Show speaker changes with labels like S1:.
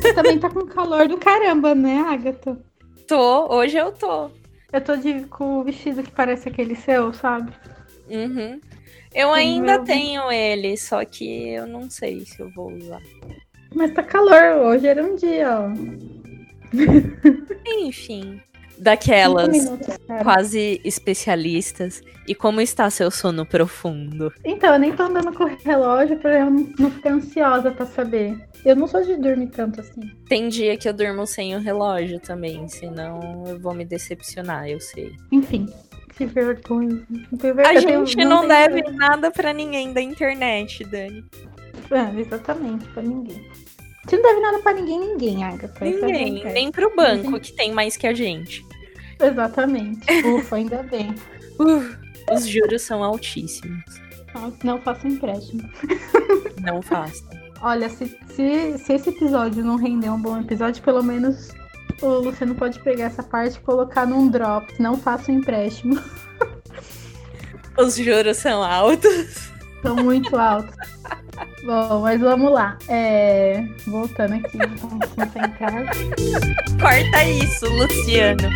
S1: Você também tá com calor do caramba, né, Agatha?
S2: Tô, hoje eu tô.
S1: Eu tô de, com o vestido que parece aquele seu, sabe?
S2: Uhum. Eu ainda tenho ele, só que eu não sei se eu vou usar.
S1: Mas tá calor, hoje era um dia, ó.
S2: Enfim, daquelas
S1: Cinco minutos, cara.
S2: quase especialistas. E como está seu sono profundo?
S1: Então, eu nem tô andando com o relógio pra eu não não ficar ansiosa pra saber. Eu não sou de dormir tanto assim.
S2: Tem dia que eu durmo sem o relógio também, senão eu vou me decepcionar, eu sei.
S1: Enfim, que vergonha. Não tenho
S2: A
S1: vergonha, eu
S2: gente
S1: tenho-
S2: não,
S1: tenho
S2: deve
S1: vergonha.
S2: nada pra ninguém da internet, Dani.
S1: É, exatamente, pra ninguém. Você não deve nada pra ninguém, ninguém, Agatha. Essa é a
S2: Ninguém,
S1: verdade.
S2: nem pro
S1: Uhum.
S2: banco, que tem mais que a gente.
S1: Exatamente. Ufa, ainda bem.
S2: Uf, Uh, os juros são altíssimos.
S1: Não faço empréstimo.
S2: Não façam.
S1: Olha, se, se, se esse episódio não render um bom episódio, pelo menos o Luciano pode pegar essa parte e colocar num drop. Não faça um empréstimo.
S2: Os juros são altos.
S1: São muito altos. Bom, mas vamos lá. É, voltando aqui, então, se não tá em casa.
S2: Corta isso, Luciano.